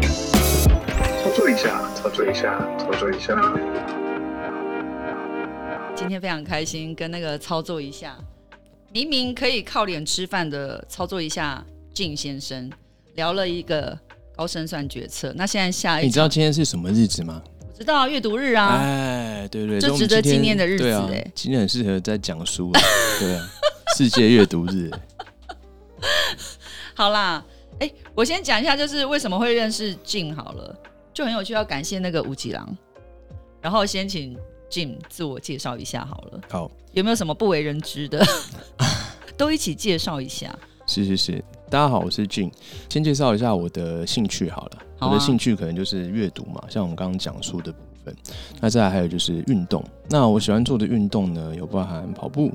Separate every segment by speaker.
Speaker 1: 操作一下，操作一下，操作一下。
Speaker 2: 今天非常开心，跟那个操作一下，明明可以靠脸吃饭的操作一下靳先生，聊了一个高胜算决策。那现在下
Speaker 3: 哎
Speaker 2: 一
Speaker 3: 你知道今天是什么日子吗？
Speaker 2: 我知道阅读日啊，
Speaker 3: 哎，对对，
Speaker 2: 这
Speaker 3: 所以我们
Speaker 2: 值得
Speaker 3: 今天
Speaker 2: 纪念的日子
Speaker 3: 对啊
Speaker 2: 哎
Speaker 3: 今天很适合在讲书啊，对啊，世界阅读日，
Speaker 2: 好啦，哎、我先讲一下，就是为什么会认识靳好了，就很有趣，要感谢那个吴吉郎。然后先请 Jim 自我介绍一下好了，
Speaker 3: 好，
Speaker 2: 有没有什么不为人 知的，都一起介绍一下。
Speaker 3: 是是是，大家好，我是俊，先介绍一下我的兴趣好了，
Speaker 2: 好啊
Speaker 3: 我的兴趣可能就是阅读嘛，像我们刚刚讲述的部分，那再来还有就是运动，那我喜欢做的运动呢，有包含跑步，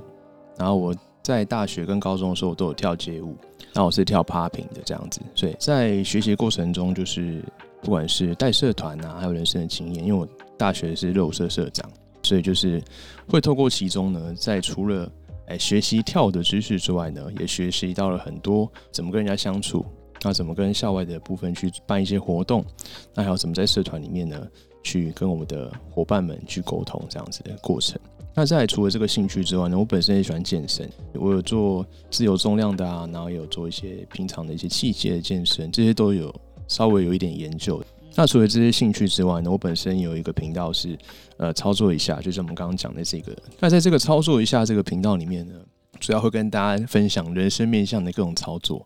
Speaker 3: 然后我在大学跟高中的时候都有跳街舞，那我是跳 popping 的这样子，所以在学习过程中就是不管是带社团啊，还有人生的经验，因为我大学是热舞社社长，所以就是会透过其中呢，在除了哎学习跳舞的知识之外呢，也学习到了很多怎么跟人家相处，那怎么跟校外的部分去办一些活动，那还有怎么在社团里面呢，去跟我们的伙伴们去沟通这样子的过程。那再来除了这个兴趣之外呢，我本身也喜欢健身，我有做自由重量的啊，然后也有做一些平常的一些器械的健身，这些都有稍微有一点研究。那除了这些兴趣之外呢，我本身有一个频道是呃操作一下，就是我们刚刚讲的这个。那在这个操作一下这个频道里面呢，主要会跟大家分享人生面向的各种操作，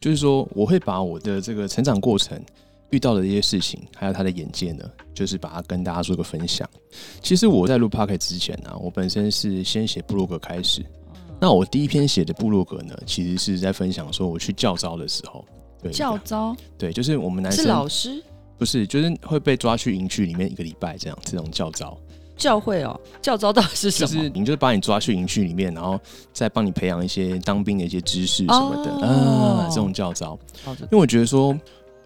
Speaker 3: 就是说我会把我的这个成长过程遇到的一些事情，还有他的眼界呢，就是把它跟大家做个分享。其实我在录 p o c k e t 之前呢、我本身是先写部落格开始。
Speaker 2: 嗯
Speaker 3: 那我第一篇写的部落格呢，其实是在分享说我去教招的时候，对
Speaker 2: 教招
Speaker 3: 对，就是我们啊男
Speaker 2: 是
Speaker 3: 生
Speaker 2: 老师
Speaker 3: 不是，就是会被抓去营区里面一个礼拜这样，这种教招，
Speaker 2: 教会哦，教招到底是什
Speaker 3: 就
Speaker 2: 么？
Speaker 3: 是你就是把你抓去营区里面，然后再帮你培养一些当兵的一些知识什么的、
Speaker 2: 哦
Speaker 3: 啊，这种教招。
Speaker 2: 哦这
Speaker 3: 因为我觉得说，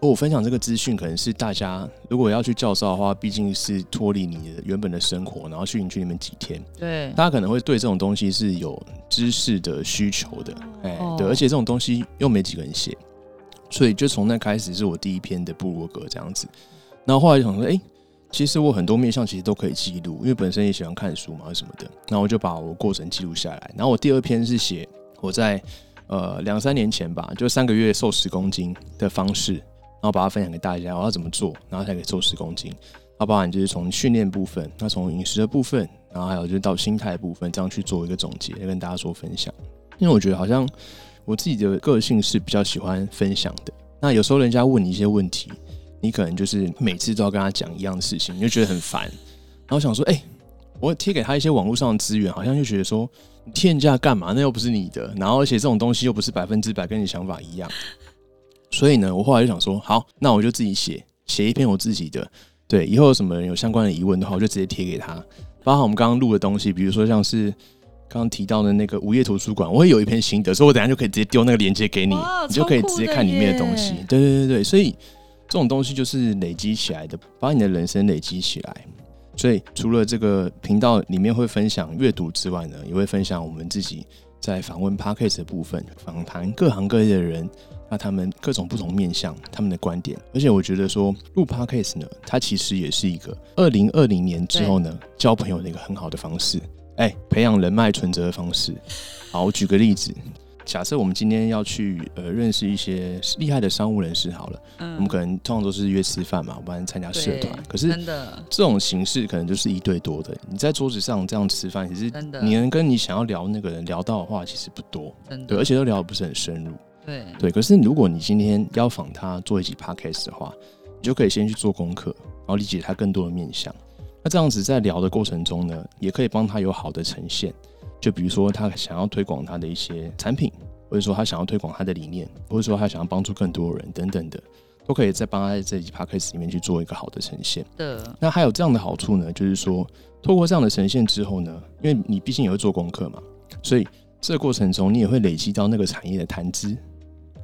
Speaker 3: 我分享这个资讯，可能是大家如果要去教招的话，毕竟是脱离你的原本的生活，然后去营区里面几天，
Speaker 2: 对，
Speaker 3: 大家可能会对这种东西是有知识的需求的，哎、
Speaker 2: 哦
Speaker 3: 对，而且这种东西又没几个人写，所以就从那开始是我第一篇的部落格这样子。然后后来就想说，哎、其实我很多面向其实都可以记录，因为本身也喜欢看书嘛什么的。然后我就把我过程记录下来。然后我第二篇是写我在呃两三年前吧，就三个月瘦十公斤的方式，然后把它分享给大家，我要怎么做，然后才可以瘦十公斤。那包含就是从训练部分，那从饮食的部分，然后还有就是到心态部分，这样去做一个总结，跟大家做分享。因为我觉得好像我自己的个性是比较喜欢分享的。那有时候人家问你一些问题，你可能就是每次都要跟他讲一样的事情，你就觉得很烦。然后想说，哎、我贴给他一些网络上的资源，好像就觉得说你贴人家干嘛？那又不是你的。然后而且这种东西又不是百分之百跟你想法一样。所以呢，我后来就想说，好，那我就自己写写一篇我自己的。对，以后有什么人有相关的疑问的话，我就直接贴给他。包含我们刚刚录的东西，比如说像是刚刚提到的那个午夜图书馆，我也有一篇心得，所以我等一下就可以直接丢那个链接给你
Speaker 2: 哇，
Speaker 3: 你就可以
Speaker 2: 超酷
Speaker 3: 直接
Speaker 2: 的
Speaker 3: 看里面的
Speaker 2: 耶
Speaker 3: 东西。对对对对，所以这种东西就是累积起来的，把你的人生累积起来。所以除了这个频道里面会分享阅读之外呢，也会分享我们自己在访问 p a c k a g e 的部分，访谈各行各业的人，那他们各种不同面向他们的观点。而且我觉得说录 p a c k a g e 呢，它其实也是一个二零二零年之后呢交朋友的一个很好的方式，哎、培养人脉存折的方式。好，我举个例子。假设我们今天要去呃认识一些厉害的商务人士好了，
Speaker 2: 嗯
Speaker 3: 我们可能通常都是约吃饭嘛，不然参加社团
Speaker 2: 对。
Speaker 3: 可是
Speaker 2: 真的
Speaker 3: 这种形式可能就是一对多的，你在桌子上这样吃饭，其实
Speaker 2: 真的
Speaker 3: 你能跟你想要聊那个人聊到的话，其实不多，
Speaker 2: 真
Speaker 3: 对，
Speaker 2: 的
Speaker 3: 而且都聊得不是很深入，
Speaker 2: 对
Speaker 3: 对。可是如果你今天要访他做一集 podcast 的话，你就可以先去做功课，然后理解他更多的面向。那这样子在聊的过程中呢，也可以帮他有好的呈现，就比如说他想要推广他的一些产品，或者说他想要推广他的理念，或者说他想要帮助更多人等等的。都可以再帮他在这集 podcast 里面去做一个好的呈现。
Speaker 2: 的，
Speaker 3: 那还有这样的好处呢，就是说，透过这样的呈现之后呢，因为你毕竟也会做功课嘛，所以这个过程中你也会累积到那个产业的谈资，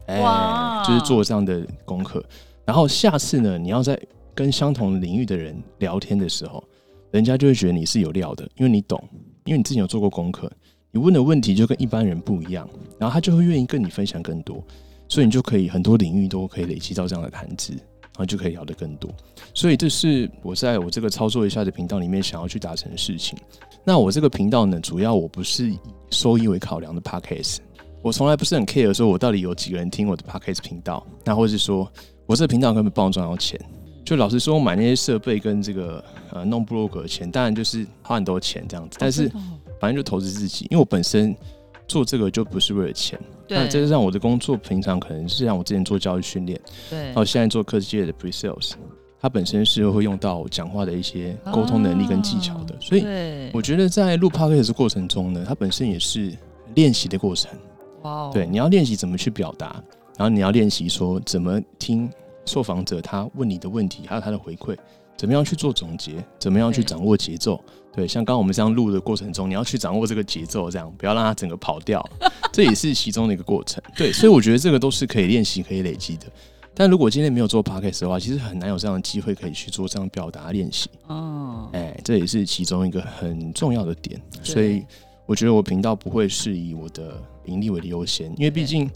Speaker 3: 哎
Speaker 2: 哇
Speaker 3: 就是做这样的功课。然后下次呢，你要在跟相同领域的人聊天的时候，人家就会觉得你是有料的，因为你懂，因为你之前有做过功课，你问的问题就跟一般人不一样，然后他就会愿意跟你分享更多，所以你就可以很多领域都可以累积到这样的谈资，然后就可以聊得更多。所以这是我在我这个操作一下的频道里面想要去达成的事情。那我这个频道呢，主要我不是以收益为考量的 podcast，我从来不是很 care 说我到底有几个人听我的 podcast 频道，那或是说我这个频道根本帮我赚到钱。就老实说，我买那些设备跟这个呃弄 blog 的钱，当然就是花很多钱这样子，但
Speaker 2: 哦
Speaker 3: 是反正就投资自己，因为我本身做这个就不是为了钱。那
Speaker 2: 对
Speaker 3: 再加上我的工作平常可能是像我之前做教育训练，
Speaker 2: 对
Speaker 3: 然后哦现在做科技界的 pre sales，它本身是会用到讲话的一些沟通能力跟技巧的，
Speaker 2: 啊
Speaker 3: 哦所以
Speaker 2: 对
Speaker 3: 我觉得在录 podcast 的过程中呢，它本身也是练习的过程。
Speaker 2: 哇哦，
Speaker 3: 对，你要练习怎么去表达，然后你要练习说怎么听受访者他问你的问题，还有他的回馈，怎么样去做总结，怎么样去
Speaker 2: 对
Speaker 3: 掌握节奏。对，像刚刚我们这样录的过程中，你要去掌握这个节奏，这样不要让它整个跑掉， 这也是其中的一个过程。对，所以我觉得这个都是可以练习、可以累积的。但如果今天没有做 podcast 的话，其实很难有这样的机会可以去做这样表达练习。
Speaker 2: 哦，
Speaker 3: 哎，这也是其中一个很重要的点。
Speaker 2: 对
Speaker 3: 所以我觉得我频道不会是以我的盈利为优先，因为毕竟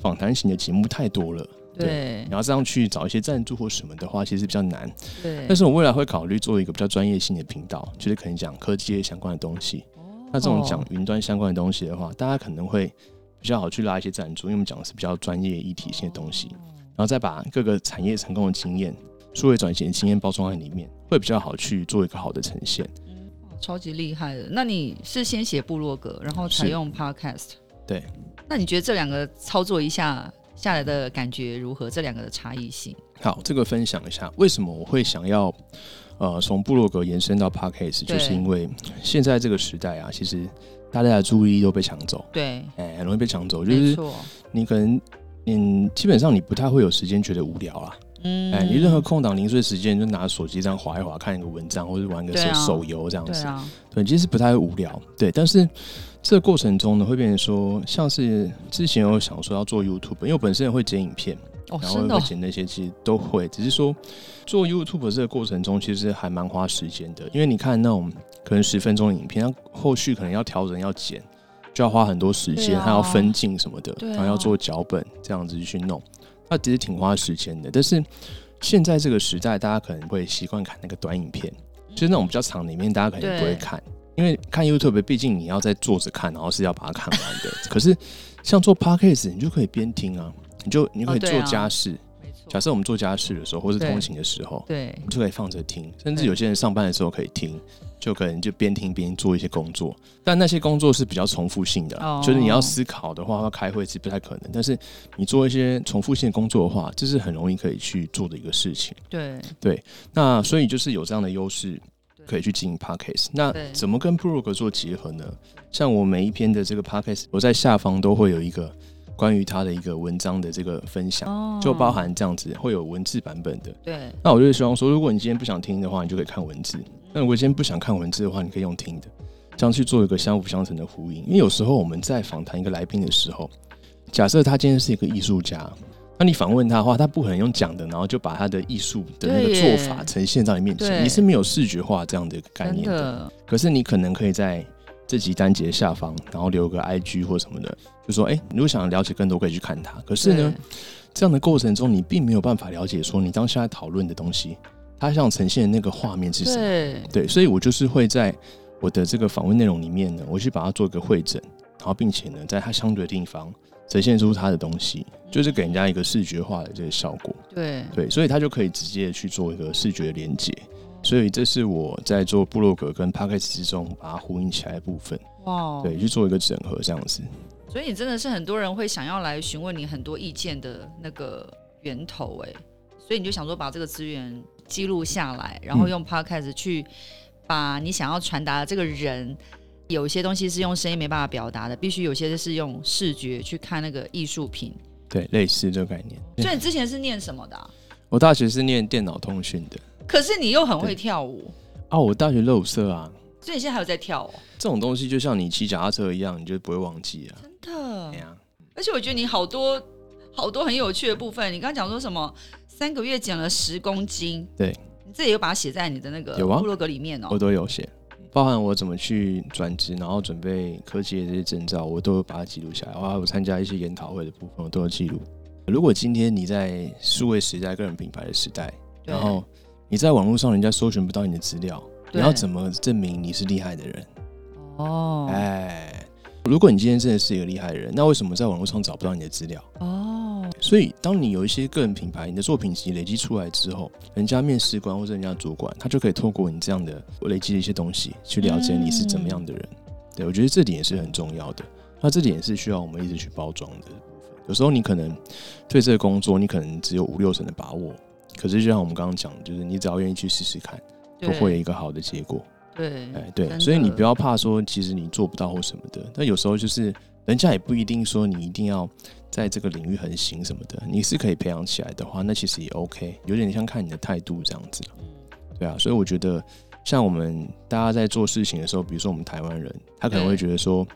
Speaker 3: 访谈型的节目太多了，
Speaker 2: 对
Speaker 3: 你要这样去找一些赞助或什么的话，其实比较难。
Speaker 2: 对，
Speaker 3: 但是我未来会考虑做一个比较专业性的频道，就是可能讲科技业相关的东西。
Speaker 2: 哦
Speaker 3: 那这种讲云端相关的东西的话，大家可能会比较好去拉一些赞助，因为我们讲的是比较专业议题性的东
Speaker 2: 哦
Speaker 3: 西，然后再把各个产业成功的经验、数位转型的经验包装在里面，会比较好去做一个好的呈现。
Speaker 2: 哦超级厉害的。那你是先写部落格，然后才
Speaker 3: 是
Speaker 2: 用 podcast？
Speaker 3: 对。
Speaker 2: 那你觉得这两个操作一下下来的感觉如何？这两个的差异性？
Speaker 3: 好，这个分享一下，为什么我会想要呃从部落格延伸到 podcast，
Speaker 2: 对
Speaker 3: 就是因为现在这个时代啊，其实大家的注意力都被抢走，
Speaker 2: 对，
Speaker 3: 哎、很容易被抢走，就
Speaker 2: 没
Speaker 3: 是
Speaker 2: 错。
Speaker 3: 你可能。嗯，基本上你不太会有时间觉得无聊啊。
Speaker 2: 嗯
Speaker 3: 哎、你任何空档零碎时间，就拿手机这样划一划，看一个文章，或者玩个
Speaker 2: 对
Speaker 3: 手、
Speaker 2: 啊
Speaker 3: 手游这样
Speaker 2: 对
Speaker 3: 子。
Speaker 2: 啊，
Speaker 3: 对，其实不太会无聊，对。但是这个过程中呢，会变成说，像是之前有想说要做 YouTube，因为我本身也会剪影片，
Speaker 2: 哦，
Speaker 3: 然后
Speaker 2: 真的哦
Speaker 3: 会剪那些，其实都会。只是说做 YouTube 这个过程中，其实还蛮花时间的，因为你看那种可能十分钟的影片，它后续可能要调整、要剪，就要花很多时
Speaker 2: 对
Speaker 3: 间，
Speaker 2: 啊
Speaker 3: 它要分镜什么的，
Speaker 2: 对啊
Speaker 3: 然后要做脚本这样子去弄，它其实挺花时间的。但是现在这个时代，大家可能会习惯看那个短影片，
Speaker 2: 嗯
Speaker 3: 就是那种比较长的影片，大家可能不会
Speaker 2: 对
Speaker 3: 看。因为看 YouTube，毕竟你要在坐着看，然后是要把它看完的。可是像做 Podcast，你就可以边听啊，你就你就可以
Speaker 2: 哦对
Speaker 3: 做
Speaker 2: 啊
Speaker 3: 家事，
Speaker 2: 没错
Speaker 3: 假设我们做家事的时候，或是
Speaker 2: 对
Speaker 3: 通勤的时候，
Speaker 2: 对
Speaker 3: 就可以放着听，甚至
Speaker 2: 对
Speaker 3: 有些人上班的时候可以听，就可能就边听边做一些工作。但那些工作是比较重复性的啦，
Speaker 2: 哦
Speaker 3: 就是你要思考的话，要开会是不太可能。但是你做一些重复性的工作的话，这是很容易可以去做的一个事情。
Speaker 2: 对
Speaker 3: 那所以就是有这样的优势
Speaker 2: 对，
Speaker 3: 可以去经营 podcast。那
Speaker 2: 对
Speaker 3: 怎么跟 blog 做结合呢？像我每一篇的这个 podcast，我在下方都会有一个关于它的一个文章的这个分享。
Speaker 2: 哦
Speaker 3: 就包含这样子，会有文字版本的。
Speaker 2: 对
Speaker 3: 那我就希望说，如果你今天不想听的话，你就可以看文字；那如果今天不想看文字的话，你可以用听的，这样去做一个相辅相成的呼应。因为有时候我们在访谈一个来宾的时候，假设他今天是一个艺术家，那你访问他的话，他不可能用讲的，然后就把他的艺术的那
Speaker 2: 对
Speaker 3: 个
Speaker 2: 耶
Speaker 3: 做法呈现到你面前，
Speaker 2: 对
Speaker 3: 你是没有视觉化这样的概
Speaker 2: 真
Speaker 3: 念的。
Speaker 2: 的
Speaker 3: 可是你可能可以在这集单节下方，然后留个 IG 或什么的，就说：哎、你如果想了解更多，可以去看他。可是呢，这样的过程中，你并没有办法了解说你当下在讨论的东西，它想呈现的那个画面是
Speaker 2: 对
Speaker 3: 什么。
Speaker 2: 对
Speaker 3: 对，所以我就是会在我的这个访问内容里面呢，我去把它做一个会诊，然后并且呢，在它相对的地方呈现出它的东西，就是给人家一个视觉化的这个效果。
Speaker 2: 对
Speaker 3: 对，所以它就可以直接去做一个视觉连接。所以这是我在做部落格跟 p a c k a g e 之中把它呼应起来的部分，
Speaker 2: 哇哦
Speaker 3: 对，去做一个整合这样子。
Speaker 2: 所以你真的是很多人会想要来询问你很多意见的那个源头哎，所以你就想说把这个资源记录下来，然
Speaker 3: 嗯
Speaker 2: 后用 podcast 去把你想要传达的这个人。有一些东西是用声音没办法表达的，必须有些是用视觉去看那个艺术品。
Speaker 3: 对，类似这个概念。
Speaker 2: 所以你之前是念什么的啊、
Speaker 3: 我大学是念电脑通讯的
Speaker 2: 可是你又很会跳舞，
Speaker 3: 啊，我大学露色啊，
Speaker 2: 所以你现在还有在跳哦，
Speaker 3: 这种东西就像你骑脚踏车一样，你就不会忘记啊。
Speaker 2: 真的
Speaker 3: 哎。呀，
Speaker 2: 而且我觉得你好多好多很有趣的部分，你刚刚讲说什么三个月减了十公斤，
Speaker 3: 对
Speaker 2: 你自己有把它写在你的那个
Speaker 3: 有啊
Speaker 2: 部落格里面哦、
Speaker 3: 我都有写，包含我怎么去转职，然后准备科技的这些证照，我都有把它记录下来。哇，我参加一些研讨会的部分，我都有记录。如果今天你在数位时代、个人品牌的时代，
Speaker 2: 对
Speaker 3: 然后你在网络上人家搜寻不到你的资料，你
Speaker 2: 对
Speaker 3: 要怎么证明你是厉害的人？
Speaker 2: 哦
Speaker 3: 哎，如果你今天真的是一个厉害的人，那为什么在网络上找不到你的资料？
Speaker 2: 哦，
Speaker 3: 所以，当你有一些个人品牌，你的作品集累积出来之后，人家面试官或者人家主管，他就可以透过你这样的累积的一些东西，去了解你是怎么样的人。对我觉得这点也是很重要的。那这点也是需要我们一直去包装的部分。有时候你可能对这个工作，你可能只有五六成的把握，可是就像我们刚刚讲的，就是你只要愿意去试试看，都会有一个好的结果。
Speaker 2: 对
Speaker 3: 哎，对，
Speaker 2: 真
Speaker 3: 所以你
Speaker 2: 的
Speaker 3: 不要怕说，其实你做不到或什么的。但有时候就是，人家也不一定说你一定要在这个领域很行什么的，你是可以培养起来的话，那其实也 OK，有点像看你的态度这样子。
Speaker 2: 嗯
Speaker 3: 对啊，所以我觉得，像我们大家在做事情的时候，比如说我们台湾人，他可能会
Speaker 2: 对
Speaker 3: 觉得说，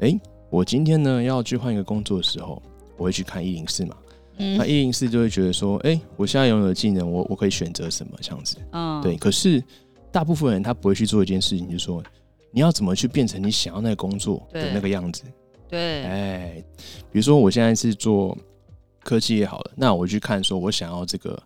Speaker 3: 哎、我今天呢要去换一个工作的时候，我会去看一零四嘛，
Speaker 2: 嗯
Speaker 3: 那一零四就会觉得说，哎、我现在拥有的技能，我我可以选择什么这样子。
Speaker 2: 嗯
Speaker 3: 对，，可是大部分人他不会去做一件事情，就是说你要怎么去变成你想要那个工作的
Speaker 2: 对
Speaker 3: 那个样子。
Speaker 2: 对，
Speaker 3: 哎，比如说我现在是做科技业好了，那我去看说我想要这个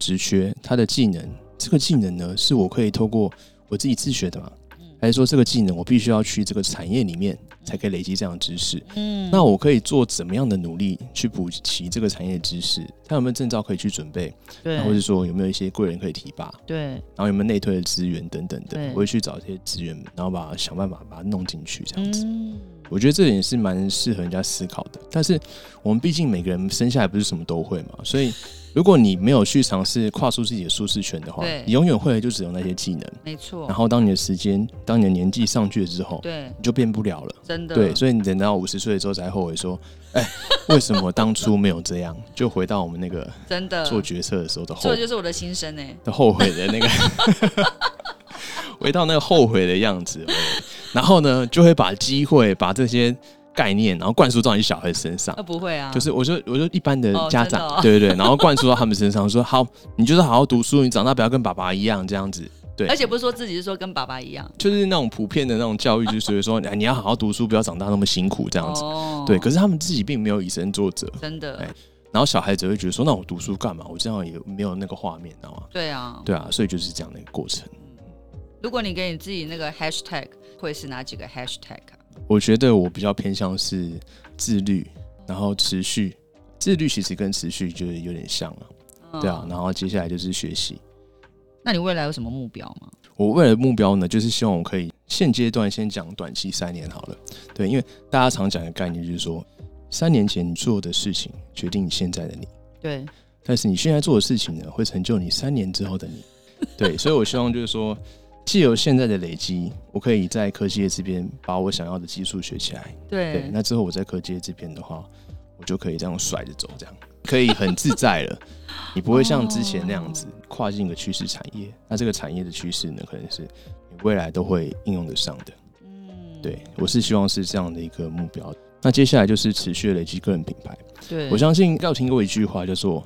Speaker 3: 职缺，它的技能，这个技能呢是我可以透过我自己自学的嘛，
Speaker 2: 嗯
Speaker 3: 还是说这个技能我必须要去这个产业里面才可以累积这样的知识？
Speaker 2: 嗯
Speaker 3: 那我可以做怎么样的努力去补齐这个产业的知识？看有没有证照可以去准备，
Speaker 2: 对，
Speaker 3: 或者说有没有一些贵人可以提拔？
Speaker 2: 对
Speaker 3: 然后有没有内推的资源等等的，
Speaker 2: 对
Speaker 3: 我会去找这些资源，然后把它想办法把它弄进去这样子。
Speaker 2: 嗯，
Speaker 3: 我觉得这点是蛮适合人家思考的。但是我们毕竟每个人生下来不是什么都会嘛，所以如果你没有去尝试跨出自己的舒适圈的话
Speaker 2: 对，
Speaker 3: 你永远会的就只有那些技能。
Speaker 2: 没错
Speaker 3: 然，后当你的时间、当你的年纪上去了之后，
Speaker 2: 对，
Speaker 3: 你就变不了了。
Speaker 2: 真的，
Speaker 3: 对，所以你等到五十岁的时候才后悔说，哎、为什么当初没有这样？就回到我们那个
Speaker 2: 真的，
Speaker 3: 做决策的时候的后
Speaker 2: 这就是我的心声哎呢。
Speaker 3: 的后悔的那个，回到那个后悔的样子，然后呢，就会把机会、把这些概念，然后灌输到你小孩身上
Speaker 2: 那。不会啊，
Speaker 3: 就是我就我就一般的
Speaker 2: 哦
Speaker 3: 家
Speaker 2: 真的
Speaker 3: 长，
Speaker 2: 哦
Speaker 3: 对对对，然后灌输到他们身上，说好，你就是好好读书，你长大不要跟爸爸一样这样子，对
Speaker 2: 而且不是说自己是说跟爸爸一样，
Speaker 3: 就是那种普遍的那种教育，就是说，哎，你要好好读书，不要长大那么辛苦这样子，
Speaker 2: 哦
Speaker 3: 对。可是他们自己并没有以身作则，
Speaker 2: 真的
Speaker 3: 哎，然后小孩子会觉得说，那我读书干嘛？我这样也没有那个画面，知道吗？
Speaker 2: 对啊。
Speaker 3: 对啊，所以就是这样的一个过程。
Speaker 2: 如果你给你自己那个 hashtag，会是哪几个 hashtag？啊
Speaker 3: 我觉得我比较偏向是自律，然后持续。自律其实跟持续就是有点像了，
Speaker 2: 嗯
Speaker 3: 对啊。然后接下来就是学习。
Speaker 2: 那你未来有什么目标吗？
Speaker 3: 我为了目标呢，就是希望我可以现阶段先讲短期三年好了，对，因为大家常讲的概念就是说，三年前你做的事情决定你现在的你，
Speaker 2: 对，
Speaker 3: 但是你现在做的事情呢，会成就你三年之后的你。对，所以我希望就是说，借由现在的累积，我可以在科技业这边把我想要的技术学起来，对，
Speaker 2: 对，
Speaker 3: 那之后我在科技这边的话，我就可以这样甩着走，这样可以很自在了。你不会像之前那样子
Speaker 2: 哦
Speaker 3: 跨进一个趋势产业，那这个产业的趋势呢，可能是你未来都会应用得上的。
Speaker 2: 嗯
Speaker 3: 对我是希望是这样的一个目标。那接下来就是持续地累积个人品牌。
Speaker 2: 对，
Speaker 3: 我相信要听过一句话叫做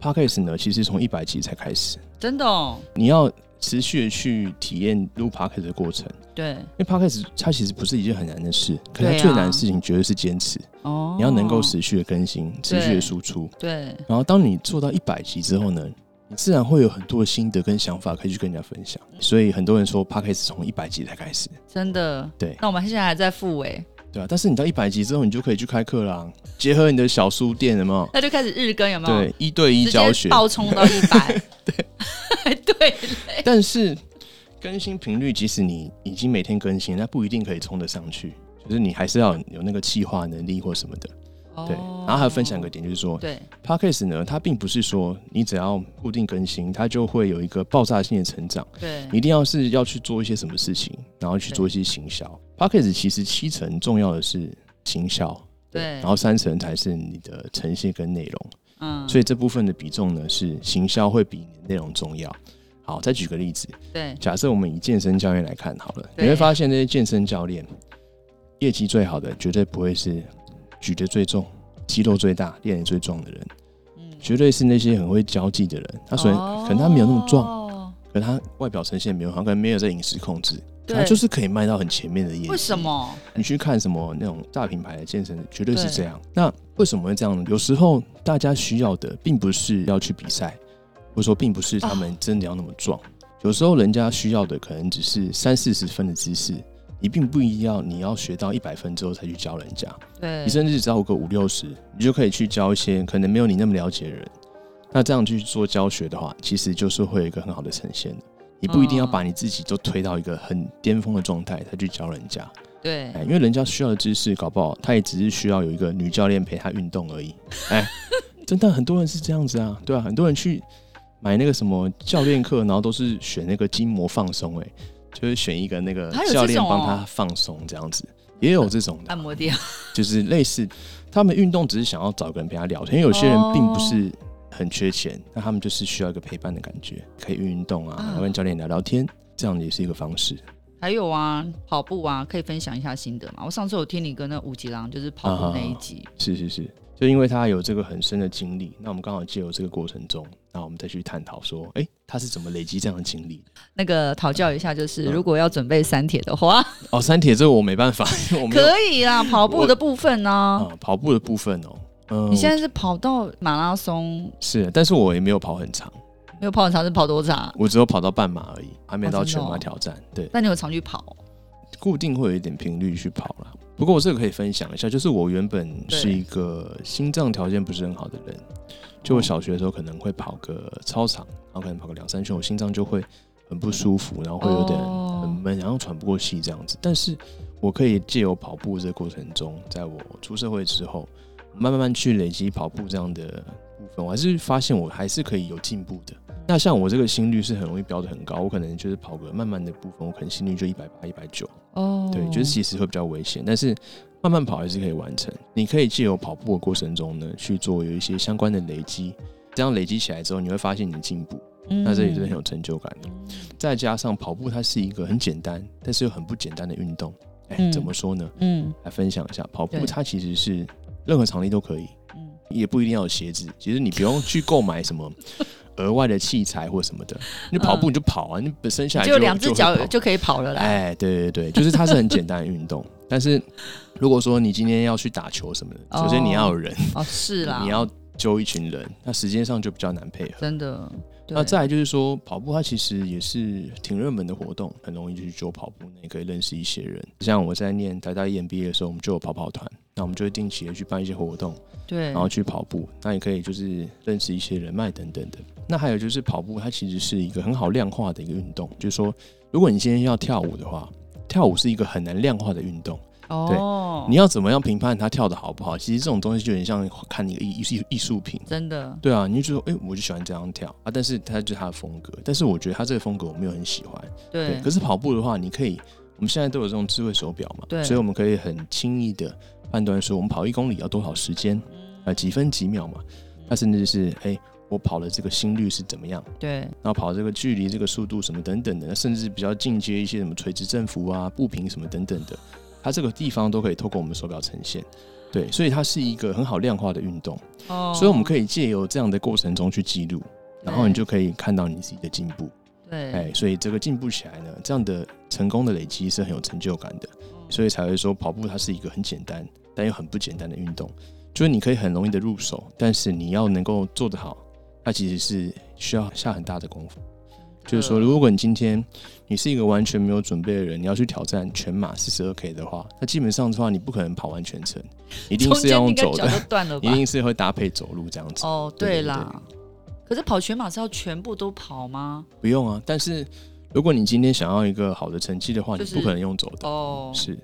Speaker 3: p a c k a g e 呢，其实从一百集才开始，
Speaker 2: 真的哦，
Speaker 3: 你要持续的去体验录 p a c k a g e 的过程。
Speaker 2: 对，
Speaker 3: 因为 p a c k a g e 它其实不是一件很难的事，可是
Speaker 2: 对
Speaker 3: 它
Speaker 2: 啊
Speaker 3: 最难的事情绝对是坚持。
Speaker 2: 哦，
Speaker 3: 你要能够持续的更新，持续的输出。
Speaker 2: 对，
Speaker 3: 然后当你做到一百集之后呢，你自然会有很多的心得跟想法可以去跟人家分享。所以很多人说 p a c k a g e 从一百集才开始，
Speaker 2: 真的。
Speaker 3: 对
Speaker 2: 那我们现在还在复位，
Speaker 3: 对啊。但是你到一百集之后，你就可以去开课啦、结合你的小书店，有没有？
Speaker 2: 那就开始日更有没有？
Speaker 3: 对，一对一
Speaker 2: 直
Speaker 3: 教
Speaker 2: 接
Speaker 3: 学，
Speaker 2: 爆冲到一 百。对， 对，
Speaker 3: 但是更新频率，即使你已经每天更新，那不一定可以冲得上去。就是你还是要有那个气化能力或什么的，对。然后还有分享一个点，就是说，
Speaker 2: 哦对
Speaker 3: Podcast 呢，它并不是说你只要固定更新，它就会有一个爆炸性的成长。
Speaker 2: 对
Speaker 3: 你一定要是要去做一些什么事情，然后去做一些行销。Podcast 其实七成重要的是行销，
Speaker 2: 对
Speaker 3: 然后三成才是你的呈现跟内容。
Speaker 2: 嗯，
Speaker 3: 所以这部分的比重呢是行销会比内容重要。好，再举个例子，
Speaker 2: 对
Speaker 3: 假设我们以健身教练来看好了，你
Speaker 2: 对
Speaker 3: 会发现这些健身教练业绩最好的绝对不会是举得最重、肌肉最大、练得最壮的人，
Speaker 2: 嗯，哦
Speaker 3: 绝对是那些很会交际的人。他虽然、可能他没有那么壮，
Speaker 2: 壮，
Speaker 3: 可他外表呈现没有，他可能没有在饮食控制，可他
Speaker 2: 对
Speaker 3: 就是可以卖到很前面的业绩。
Speaker 2: 为什？么？
Speaker 3: 你去看什么那种大品牌的健身，绝对是
Speaker 2: 对
Speaker 3: 这样。那为什么会这样呢？有时候大家需要的并不是要去比赛，或者说并不是他们真的要那么壮。有时候人家需要的可能只是三四十分的知识，你并不一定要你要学到一百分之后才去教人家。
Speaker 2: 对，
Speaker 3: 你甚至只要有个五六十，你就可以去教一些可能没有你那么了解的人。那这样去做教学的话，其实就是会有一个很好的呈现的。你不一定要
Speaker 2: 哦
Speaker 3: 把你自己都推到一个很巅峰的状态才去教人家，
Speaker 2: 对
Speaker 3: 哎，因为人家需要的知识，搞不好他也只是需要有一个女教练陪他运动而已。哎， 真的很多人是这样子啊，对啊，很多人去买那个什么教练课，然后都是选那个筋膜放松，哎，就是选一个那个
Speaker 2: 还有这
Speaker 3: 教练
Speaker 2: 种哦
Speaker 3: 帮他放松这样子，也有这种的啊
Speaker 2: 按。摩店，
Speaker 3: 就是类似他们运动只是想要找个人陪他聊天，因为有些人
Speaker 2: 哦
Speaker 3: 并不是很缺钱，那他们就是需要一个陪伴的感觉，可以运运动啊，
Speaker 2: 啊
Speaker 3: 然后跟教练聊聊天，这样也是一个方式。
Speaker 2: 还有啊，跑步啊，可以分享一下心得嘛？我上次有听你跟那五级郎就是跑步那一集，
Speaker 3: 是是是，就因为他有这个很深的经历，那我们刚好借由这个过程中，那我们再去探讨说，哎、他是怎么累积这样的经历？
Speaker 2: 那个讨教一下，就
Speaker 3: 嗯
Speaker 2: 是如果要准备三铁的话，
Speaker 3: 哦，三铁这个我没办法， 因为我没有
Speaker 2: 可以啦，跑步的部分呢、
Speaker 3: 啊、跑步的部分哦，嗯、
Speaker 2: 你现在是跑到马拉松，
Speaker 3: 是，但是我也没有跑很长，
Speaker 2: 没有跑很长，是跑多长？
Speaker 3: 我只有跑到半马而已，还没
Speaker 2: 哦
Speaker 3: 到
Speaker 2: 真的
Speaker 3: 全马
Speaker 2: 哦
Speaker 3: 挑战。对，
Speaker 2: 那你有常去跑？
Speaker 3: 固定会有一点频率去跑啦。不过我这个可以分享一下，就是我原本是一个心脏条件不是很好的人，就我小学的时候可能会跑个操场，然后可能跑个两三圈，我心脏就会很不舒服，然后会有点
Speaker 2: 哦
Speaker 3: 很闷，然后喘不过气这样子。但是我可以借由跑步这个过程中，在我出社会之后，慢慢慢去累积跑步这样的部分，我还是发现我还是可以有进步的。那像我这个心率是很容易飙得很高，我可能就是跑个慢慢的部分，我可能心率就一百八、一百九，
Speaker 2: 哦，
Speaker 3: 对，就是其实会比较危险，但是慢慢跑还是可以完成。你可以借由跑步的过程中呢，去做有一些相关的累积，这样累积起来之后，你会发现你的进步，
Speaker 2: 嗯
Speaker 3: 那这也是很有成就感的。再加上跑步它是一个很简单，但是又很不简单的运动。哎、
Speaker 2: 嗯
Speaker 3: 怎么说呢？
Speaker 2: 嗯
Speaker 3: 来分享一下，跑步
Speaker 2: 对
Speaker 3: 它其实是任何场地都可以，
Speaker 2: 嗯，
Speaker 3: 也不一定要有鞋子，其实你不用去购买什么额外的器材或什么的，你跑步你就跑啊，你本身下来
Speaker 2: 就两只
Speaker 3: 会
Speaker 2: 脚
Speaker 3: 跑
Speaker 2: 就可以跑了啦。
Speaker 3: 哎，对对对，就是它是很简单的运 动，但是如果说你今天要去打球什么的，首先你要有人，
Speaker 2: 哦，是啦，
Speaker 3: 你要揪一群人，那时间上就比较难配合。
Speaker 2: 真的，对
Speaker 3: 那再来就是说，跑步它其实也是挺热门的活动，很容易就去揪跑步，那也可以认识一些人。像我在念台大 E EMBA 的时候，我们就有跑跑团，那我们就会定期的去办一些活动，
Speaker 2: 对，
Speaker 3: 然后去跑步，那也可以就是认识一些人脉等等的。那还有就是跑步，它其实是一个很好量化的一个运动，就是说，如果你今天要跳舞的话，跳舞是一个很难量化的运动，
Speaker 2: 哦，
Speaker 3: 你要怎么样评判它跳的好不好？其实这种东西就有点像看一个艺艺艺术品。
Speaker 2: 真的，
Speaker 3: 对啊，你就觉得，哎、我就喜欢这样跳啊，但是它就是它的风格，但是我觉得它这个风格我没有很喜欢。对，
Speaker 2: 对
Speaker 3: 可，是跑步的话，你可以，我们现在都有这种智慧手表嘛，
Speaker 2: 对
Speaker 3: 所以我们可以很轻易的判断说，我们跑一公里要多少时间，
Speaker 2: 嗯
Speaker 3: 呃，几分几秒嘛，那甚至是，哎、我跑的这个心率是怎么样，
Speaker 2: 对，
Speaker 3: 然后跑这个距离、这个速度什么等等的，甚至比较进阶一些什么垂直振幅啊、步频什么等等的，它这个地方都可以透过我们手表呈现。对，所以它是一个很好量化的运动，
Speaker 2: 哦，
Speaker 3: 所以我们可以借由这样的过程中去记录，然后你就可以看到你自己的进步。
Speaker 2: 对，
Speaker 3: 哎，所以这个进步起来呢，这样的成功的累积是很有成就感的，
Speaker 2: 嗯
Speaker 3: 所以才会说跑步它是一个很简单但又很不简单的运动，就是你可以很容易的入手，但是你要能够做得好，它其实是需要下很大的功夫。就是
Speaker 2: 嗯
Speaker 3: 说，如果你今天你是一个完全没有准备的人，你要去挑战全马四十二 K 的话，那基本上的话，你不可能跑完全程，一定
Speaker 2: 中
Speaker 3: 是要用
Speaker 2: 间应该
Speaker 3: 走
Speaker 2: 脚
Speaker 3: 的，
Speaker 2: 都断了
Speaker 3: 一
Speaker 2: 吧？
Speaker 3: 定是会搭配走路这样子。
Speaker 2: 哦，
Speaker 3: 对对
Speaker 2: 对啦。可是跑全马是要全部都跑吗？
Speaker 3: 不用啊，但是如果你今天想要一个好的成绩的话，
Speaker 2: 就是
Speaker 3: 你不可能用走的，
Speaker 2: 哦，
Speaker 3: 是。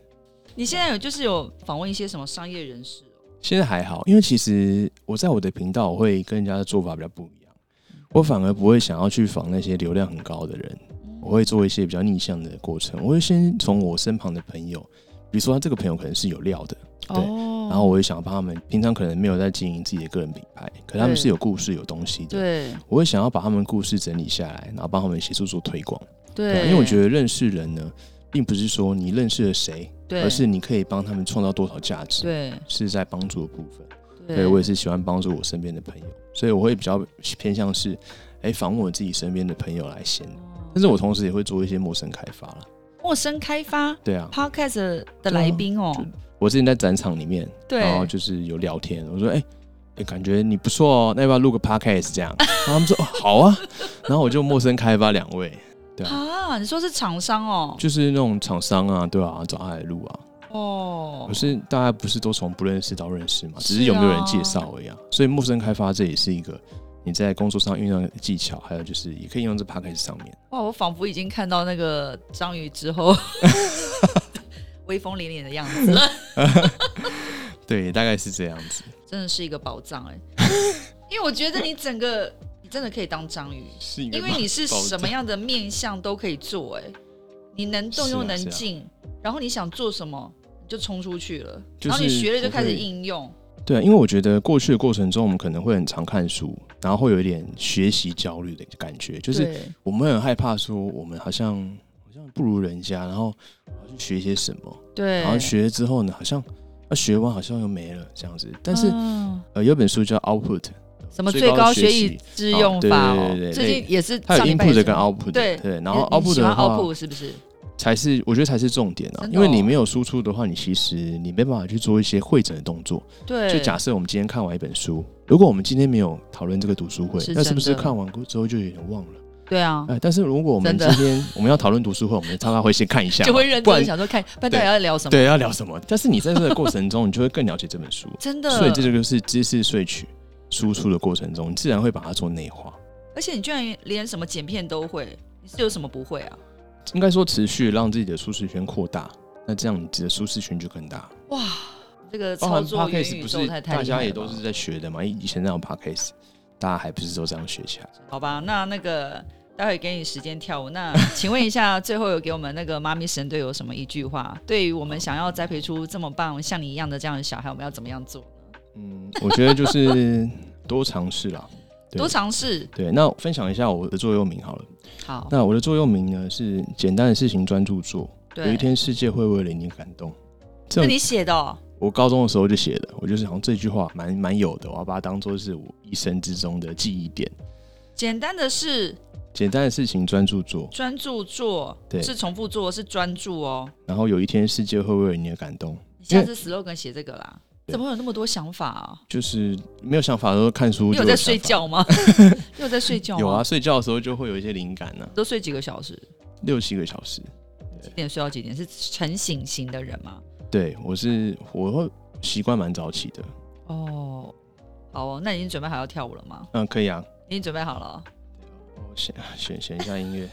Speaker 2: 你现在有就是有访问一些什么商业人士哦？
Speaker 3: 现在还好，因为其实我在我的频道我会跟人家的做法比较不一样，我反而不会想要去仿那些流量很高的人，
Speaker 2: 嗯
Speaker 3: 我会做一些比较逆向的过程。我会先从我身旁的朋友，比如说他这个朋友可能是有料的，对
Speaker 2: 哦，哦，
Speaker 3: 然后我也想帮他们，平常可能没有在经营自己的个人品牌，可他们
Speaker 2: 对
Speaker 3: 是有故事、有东西的。
Speaker 2: 对
Speaker 3: 我会想要把他们故事整理下来，然后帮他们协助做推广。
Speaker 2: 对
Speaker 3: 对啊，因为我觉得认识人呢，并不是说你认识了谁，
Speaker 2: 对，
Speaker 3: 而是你可以帮他们创造多少价值，
Speaker 2: 对
Speaker 3: 是在帮助的部分。
Speaker 2: 对
Speaker 3: 对我也是喜欢帮助我身边的朋友，所以我会比较偏向是，哎，访问我自己身边的朋友来先。但是我同时也会做一些陌生开发了。
Speaker 2: 嗯陌生开发
Speaker 3: 对啊，
Speaker 2: podcast
Speaker 3: 对啊
Speaker 2: 的来宾哦，
Speaker 3: 我之前在展场里面，
Speaker 2: 对
Speaker 3: 然后就是有聊天，我说哎、哎感觉你不错哦，那要不要录个 podcast 这样？ 然后他们说哦好啊， 然后我就陌生开发两位，对啊，
Speaker 2: 啊，你说是厂商哦，
Speaker 3: 就是那种厂商啊，对啊，找他来录啊。
Speaker 2: 哦
Speaker 3: 可，是大家不是都从不认识到认识嘛，只是
Speaker 2: 是
Speaker 3: 有
Speaker 2: 啊
Speaker 3: 没有人介绍而已啊。所以陌生开发这也是一个你在工作上运用的技巧，还有就是也可以用在 podcast 上面。
Speaker 2: 哇，我仿佛已经看到那个章鱼之后 威风凛凛的样子了，
Speaker 3: 对，大概是这样子。
Speaker 2: 真的是一个宝藏哎， 因为我觉得你整个你真的可以当章鱼，
Speaker 3: 是
Speaker 2: 因为你是什么样的面相都可以做哎，你能动
Speaker 3: 是啊
Speaker 2: 又能
Speaker 3: 是啊
Speaker 2: 静，然后你想做什么你就冲出去了，
Speaker 3: 就是
Speaker 2: 然后你学了就开始
Speaker 3: 不会
Speaker 2: 应用，
Speaker 3: 对啊，因为我觉得过去的过程中，我们可能会很常看书，然后会有一点学习焦虑的感觉，就是
Speaker 2: 对
Speaker 3: 我们会很害怕说我们好像好像不如人家，然后好像学些什么，
Speaker 2: 对，
Speaker 3: 然后学了之后呢，好像要学完好像又没了这样子。但是、
Speaker 2: 嗯
Speaker 3: 呃，有本书叫《Output》，
Speaker 2: 什么
Speaker 3: 最
Speaker 2: 最
Speaker 3: 高
Speaker 2: 高
Speaker 3: 学
Speaker 2: 学
Speaker 3: 习
Speaker 2: 以致用法
Speaker 3: 哦
Speaker 2: 哦
Speaker 3: 对对对对，
Speaker 2: 最近也是
Speaker 3: 它有
Speaker 2: 上礼拜也
Speaker 3: input
Speaker 2: 是
Speaker 3: 跟 output，
Speaker 2: 对
Speaker 3: 对，然后
Speaker 2: 你你
Speaker 3: output
Speaker 2: 喜欢
Speaker 3: 的话
Speaker 2: output 是不是？
Speaker 3: 才是我觉得才是重点啊，
Speaker 2: 真的
Speaker 3: 因为你
Speaker 2: 哦
Speaker 3: 没有输出的话，你其实你没办法去做一些会诊的动作。
Speaker 2: 对，
Speaker 3: 就假设我们今天看完一本书，如果我们今天没有讨论这个读书会
Speaker 2: 是，
Speaker 3: 那是不
Speaker 2: 真
Speaker 3: 是
Speaker 2: 的
Speaker 3: 看完过之后就有点忘了？
Speaker 2: 对啊，
Speaker 3: 哎，但是如果我们
Speaker 2: 真
Speaker 3: 今
Speaker 2: 的
Speaker 3: 天我们要讨论读书会，我们大概会先看一下嘛，
Speaker 2: 就会认
Speaker 3: 不
Speaker 2: 真
Speaker 3: 然
Speaker 2: 地想说看，不然到底要聊什么？
Speaker 3: 对要聊什么？但是你在这个过程中，你就会更了解这本书，
Speaker 2: 真的，
Speaker 3: 所以这就是知识萃取输出的过程中，你自然会把它做内化。
Speaker 2: 而且你居然连什么剪片都会，你是有什么不会啊？
Speaker 3: 应该说持续让自己的舒适圈扩大，那这样你的舒适圈就更大。
Speaker 2: 哇，这个
Speaker 3: 包
Speaker 2: 操
Speaker 3: 含
Speaker 2: 作元
Speaker 3: 哦 podcast
Speaker 2: 宇
Speaker 3: 不
Speaker 2: 宙
Speaker 3: 是
Speaker 2: 太太厉
Speaker 3: 大
Speaker 2: 害
Speaker 3: 家也
Speaker 2: 了
Speaker 3: 都
Speaker 2: 吧
Speaker 3: 是在学的嘛？以以前那种 podcast，大家还不是都这样学起来？
Speaker 2: 好吧？那那个待会给你时间跳舞。那 请问一下，最后有给我们那个妈咪神队有什么一句话？对于我们想要栽培出这么棒像你一样的这样的小孩，我们要怎么样做？
Speaker 3: 嗯，我觉得就是多尝试啦。对
Speaker 2: 多尝试，
Speaker 3: 对，那分享一下我的座右铭好了。
Speaker 2: 好，
Speaker 3: 那我的座右铭呢是简单的事情专注做，有
Speaker 2: 对
Speaker 3: 一，天世界会为了你感动。这种
Speaker 2: 是你写的哦。
Speaker 3: 我高中的时候就写的，我就是好像这句话蛮蛮有的，我要把它当做是我一生之中的记忆点。
Speaker 2: 简单的是
Speaker 3: 简单的事情专注做，
Speaker 2: 专注做，
Speaker 3: 对
Speaker 2: 不是重复做，是专注哦。
Speaker 3: 然后有一天世界会为了你而感动。
Speaker 2: 你下次 slogan 写这个啦，怎么会有那么多想法啊？
Speaker 3: 就是没有想法的时候看书
Speaker 2: 你
Speaker 3: 就
Speaker 2: 有在睡
Speaker 3: 想
Speaker 2: 觉吗？ 你有在睡觉
Speaker 3: 法。
Speaker 2: 吗？
Speaker 3: 有啊，，睡觉的时候就会有一些灵感呢、啊，
Speaker 2: 都睡几个小时？
Speaker 3: 六七个小时。
Speaker 2: 几点睡到几点？是晨醒型的人吗？
Speaker 3: 对我是我会习惯蛮早起的，
Speaker 2: 哦，好哦，那你已经准备好要跳舞了吗？
Speaker 3: 嗯，可以啊。
Speaker 2: 你已经准备好了哦？
Speaker 3: 我选选选一下音乐，